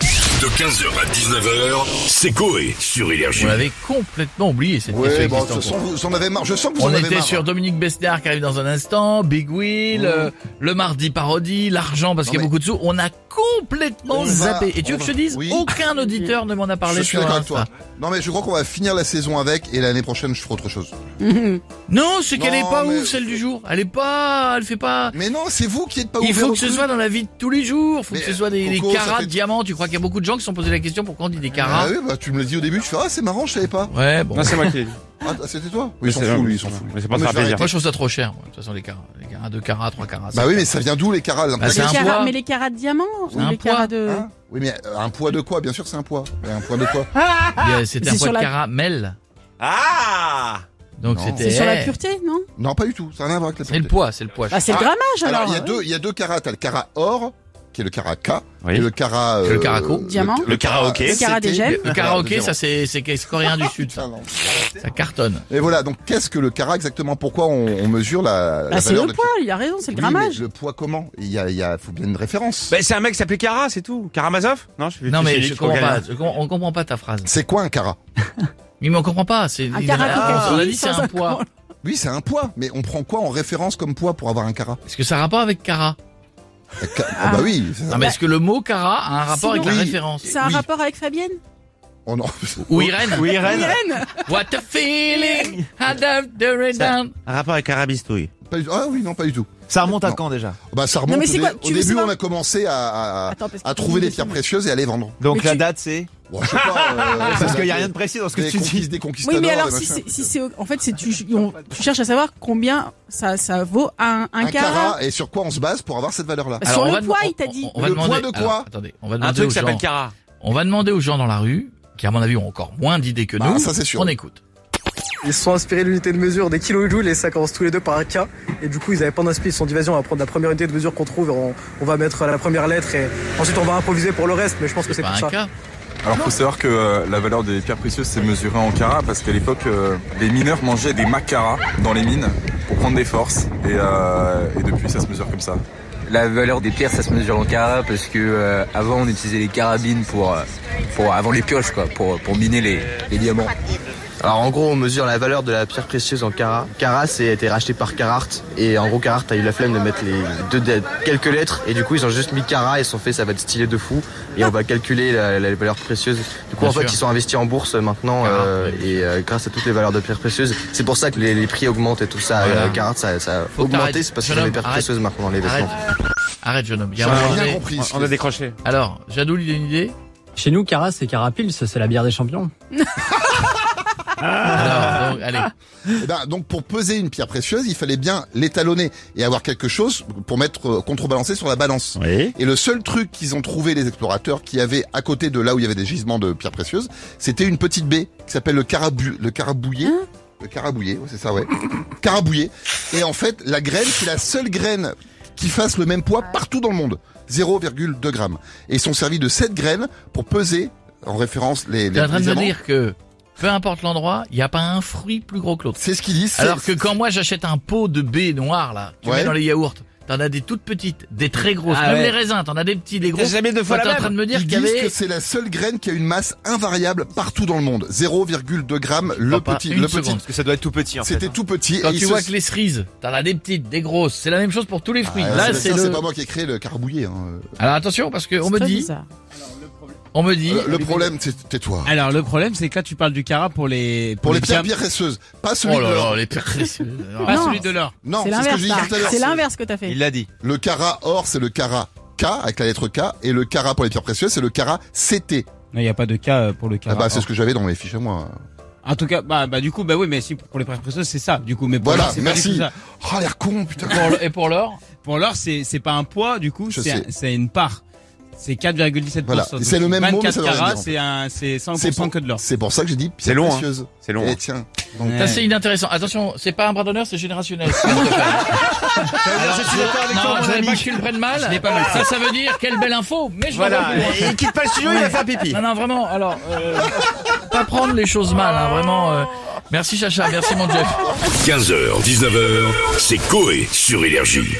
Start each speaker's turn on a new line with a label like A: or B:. A: De 15h à 19h, c'est Coé sur Énergie.
B: On l'avait complètement oublié cette
C: Ouais,
B: question
C: bah, bon, de toute
B: existante.
C: façon, vous en avez marre. Je sens que vous en
B: On
C: avez
B: était
C: marre. hein.
B: sur Dominique Besnard qui arrive dans un instant, Big Wheel, euh, le mardi parodie, l'argent parce
C: Mmh. Non,
B: qu'il y a
C: mais-
B: beaucoup de sous. On a complètement
C: On va-
B: zappé. Et tu
C: on
B: veux que je
C: va-
B: te dise,
C: oui.
B: aucun auditeur ne m'en a parlé
C: je suis
B: sur
C: d'accord avec toi.
B: Insta.
C: Non, mais je crois qu'on va finir la saison avec et l'année prochaine, je ferai autre chose.
B: Non, c'est qu'elle est
C: Non,
B: pas
C: mais-
B: ouf celle du jour. Elle est pas, elle fait pas.
C: Mais non, c'est vous qui êtes pas
B: Il
C: ouvert
B: faut
C: au
B: que ce
C: truc.
B: soit dans la vie de tous les jours. Faut
C: Mais, euh,
B: que ce soit des, des
C: Coco, ça
B: carats
C: fait-
B: de diamants. Tu crois qu'il y a beaucoup de gens qui se sont posé la question pourquoi on dit des
C: Ah
B: carats
C: oui, bah tu me l'as dit au début, tu fais Ah, c'est marrant, je savais pas.
B: Ouais, bon.
D: Non, c'est moi qui l'ai dit.
C: Ah, c'était toi Oui,
D: Mais
C: il s'en
D: c'est-
C: fout, lui, il s'en fout.
D: Mais c'est pas
C: Non,
D: très
C: je vais
D: plaisir.
B: Moi, je trouve ça trop cher. moi. De toute façon, les carats, les carats, deux carats, trois carats.
C: Bah
B: cinq
C: oui,
B: carats.
C: mais ça vient d'où les carats là
B: Bah, c'est
E: Les
B: un
E: carats-
B: poids.
E: mais les carats de diamant
B: C'est un
E: les
B: poids.
E: carats de...
C: Hein Oui, mais euh, un poids de quoi Bien sûr, c'est un poids. Mais un poids de quoi
B: Il y a- C'était un
E: Ah,
B: poids
E: C'est sur
B: de
E: la-
B: caramel.
D: Ah
B: Donc
C: Non.
B: c'était.
E: C'est sur la
B: eh,
E: pureté, non
C: Non, pas du tout. Ça n'a rien à voir avec la
B: C'est le
C: pureté.
B: poids, c'est le poids.
E: Bah, C'est le
C: Ah,
E: grammage, alors.
C: Alors, il y a deux, il y a deux carats. T'as le carat or, qui est le carat K,
D: Oui.
C: et le carat. euh,
B: Le caraco.
E: Diamant.
D: Le
C: carat
D: karaoké.
E: Le carat des
C: CT.
E: gemmes.
B: Le karaoké,
C: Diamant.
B: ça c'est c'est c'est coréen du sud, ça,
C: Ah, non.
B: ça cartonne.
C: Et voilà, donc qu'est-ce que le carat exactement Pourquoi on, on mesure la, la
E: Bah, c'est
C: valeur
E: le
C: de
E: poids, il a raison, c'est le
C: Oui, mais
E: grammage.
C: le poids comment Il y a, il y a, faut bien une référence.
D: Ben c'est un mec qui s'appelait Kara, c'est tout. Karamazov Non, je suis
B: Non mais je
D: je
B: comprends pas, je comprends- on comprend pas ta phrase.
C: C'est quoi un carat
B: Mais mais on comprend pas, c'est
E: Un karaté
B: on a
E: café
B: dit c'est
E: sans
B: un poids.
E: alcool.
C: Oui, c'est un poids, mais on prend quoi en référence comme poids pour avoir un carat
B: Est-ce que ça a rapport avec cara
C: Un ca- ah. bah oui. c'est ça.
B: Non mais est-ce que le mot cara a un rapport avec la
E: Sinon-
C: Oui.
B: référence
E: C'est un
C: Oui.
E: rapport avec Fabienne
C: Oh non.
B: Ou Irène
D: Oui,
C: Ah,
D: Irène.
E: Irène
B: What a feeling I love the rhythm.
D: Un rapport avec Carabistouille.
C: Pas du tout. Ah oui, non, pas du tout.
F: Ça remonte à
C: Non.
F: quand déjà
C: Bah ça remonte.
E: mais c'est
C: au,
E: quoi
C: dé-
E: Tu
C: au
E: veux
C: début,
E: savoir
C: on a commencé à, à,
E: Attends, parce que
C: ah, à
E: tu
C: trouver des
E: dis des
C: pierres
E: films.
C: précieuses et à les vendre.
F: Donc
E: Mais
F: la
E: tu-
F: date c'est
D: Ah,
C: Bon, je sais pas, euh,
D: bah,
F: Parce
C: ça
F: qu'il y a
C: date
F: rien de précis dans ce que
C: des
F: tu
C: conquis-
F: dis.
C: des conquistadors.
E: Oui, mais alors
C: des
E: si
C: machins.
E: c'est, si c'est, en fait, c'est tu, on- tu cherches à savoir combien ça, ça vaut un,
C: un
E: un, carat.
C: carat et sur quoi on se base pour avoir cette valeur-là
E: Sur
B: Alors, on
E: le
B: va dem-
E: poids,
B: on-
E: il t'a dit.
B: on- on va
C: Le
B: demander-
C: poids de quoi
B: alors, Attendez, on va
D: Un
B: demander
D: truc
B: aux
D: qui s'appelle
B: gens.
D: Kara.
B: On va demander aux gens dans la rue qui à mon avis ont encore moins d'idées que
C: Bah,
B: nous.
C: ça, c'est sûr.
B: On écoute.
G: Ils se sont inspirés de l'unité de mesure des kilojoules et ça commence tous les deux par un K. Et du coup, ils n'avaient pas d'inspiration, ils se sont dit, vas-y, on va prendre la première unité de mesure qu'on trouve, et on, on va mettre la première lettre et ensuite on va improviser pour le reste. Mais je pense que c'est
B: C'est pas
G: pour
B: Bah, un
G: ça.
B: cas.
H: Alors faut savoir que euh, la valeur des pierres précieuses c'est mesurée en carats parce qu'à l'époque euh, les mineurs mangeaient des macaras dans les mines pour prendre des forces et, euh, et depuis ça se mesure comme ça.
I: La valeur des pierres, ça se mesure en carats parce que euh, avant on utilisait les carabines pour, euh, pour avant les pioches quoi, pour, pour miner les, les diamants.
J: Alors en gros, on mesure la valeur de la pierre précieuse en carats. Carats c'est- a été racheté par Carhartt et en gros Carhartt a eu la flemme de mettre les deux de- quelques lettres et du coup ils ont juste mis carats et se sont fait ça va être stylé de fou et on va calculer la, la valeur précieuse. Du coup
B: Bien
J: en fait
B: sûr.
J: ils sont investis en bourse maintenant
B: Carhartt,
J: euh, et euh, grâce à toutes les valeurs de pierres précieuses, c'est pour ça que les, les prix augmentent et tout ça.
B: Voilà.
J: Euh, Carhartt ça, ça a
B: Faut que t'arrêtes.
J: augmenté, c'est parce que
B: Jeune
J: les
B: homme,
J: pierres
B: arrête.
J: précieuses maintenant dans les vêtements.
B: Arrête. Arrête jeune homme. Il y a un
D: Ça
C: J'ai
B: moment
D: va.
C: rien
B: donné-
C: compris.
D: On a décroché.
B: Alors, Jadoul, il a une idée
G: Chez nous, Cara, c'est Carapils, c'est la bière des champions.
B: Alors, donc, allez.
C: Eh ben, donc pour peser une pierre précieuse, il fallait bien l'étalonner et avoir quelque chose pour mettre euh, contrebalancer sur la balance.
D: Oui.
C: Et le seul truc qu'ils ont trouvé les explorateurs qui avait à côté de là où il y avait des gisements de pierres précieuses, c'était une petite baie qui s'appelle le carabu le carabouillé. le carabouillé, ouais, c'est ça ouais. carabouillé. Et en fait, la graine, c'est la seule graine qui fasse le même poids partout dans le monde. 0,2 grammes. Et ils sont servis de cette graine pour peser en référence les,
B: T'es
C: les,
B: en train de me
C: diamants.
B: dire que peu importe l'endroit, il n'y a pas un fruit plus gros que l'autre.
C: C'est ce qu'ils disent. c'est-
B: Alors que quand moi j'achète un pot de baies noires là, tu
C: Ouais.
B: mets dans les yaourts, t'en as des toutes petites, des très grosses,
F: Ah
B: même
F: ouais.
B: les raisins, t'en as des petits, des gros.
D: T'as jamais deux
B: Toi,
D: fois
B: T'es en
D: la
B: train
D: même
B: de me dire
C: Ils
B: qu'il y
C: disent
B: avait
C: que c'est la seule graine qui a une masse invariable partout dans le monde. 0,2 grammes, le
B: pas
C: petit,
B: une
C: le
B: seconde.
C: petit.
D: Parce que ça doit être tout petit en
C: C'était
D: fait.
C: tout petit.
B: quand
C: et
B: tu
C: ils
B: vois
C: se-
B: que les cerises, t'en as des petites, des grosses. C'est la même chose pour tous les fruits.
C: Ah,
B: là
C: c'est-
B: c'est
C: ça,
B: le.
C: c'est pas moi qui ai créé le carabouillé. hein.
B: Alors attention parce que on
E: C'est
B: me
E: très
B: dit,
E: bizarre.
B: on me dit.
C: Euh, Le, le problème, c'est tais-toi.
D: Ah,
F: Alors le problème c'est que là tu parles du carat pour les
C: Pour les pierres réceuses, pas celui
B: Oh là
C: de l'or.
B: là, les pères.
E: Pas celui
F: de l'or.
C: Non,
E: c'est
C: c'est ce que
E: l'inverse,
C: je disais
E: ça.
C: tout à l'heure.
E: C'est l'inverse que t'as fait.
F: Il l'a dit.
C: Le cara or, c'est le cara K avec la lettre K et le cara pour les pierres précieuses, c'est le cara CT.
F: Non, il y a pas de cas euh, pour le
C: Ah
F: carat.
C: bah c'est ce que j'avais dans mes fiches à moi.
F: En tout cas, bah, bah du coup bah oui mais si pour les pierres précieuses c'est ça du coup mais pour
J: Ah,
C: Voilà,
F: l'or, c'est
C: merci.
F: Pas du tout ça.
C: Oh l'air con putain.
B: Pour le- et pour l'or,
F: Pour l'or c'est c'est pas un poids du coup
C: Je
F: c'est un-
C: sais.
F: c'est une part. C'est 4,7%.
C: Voilà,
F: Donc,
C: c'est le même mot, mais
F: 24
C: ça veut rien
F: carats,
C: dire, en fait.
F: c'est un, c'est 100% que de l'or.
C: C'est pour ça que j'ai dit
D: C'est
C: pierres
D: long, hein.
C: précieuses.
D: C'est long.
C: Et tiens.
B: ça c'est inintéressant. Attention, c'est pas un bras d'honneur, c'est générationnel. ce que je viens de te faire.
D: Ah, Je suis d'accord avec
B: Non, je
D: toi, mon
B: voudrais pas que
D: ami.
B: tu le prennes mal. Ça, ça veut dire quelle belle info. Mais je l'en veux
D: Voilà.
B: plus.
D: Il quitte pas le studio, il va faire pipi.
B: Non, non, vraiment. Alors, euh, pas prendre les choses mal, hein, vraiment. euh. merci Chacha, merci mon Jeff.
A: 15h, 19h, c'est Coé sur Énergie.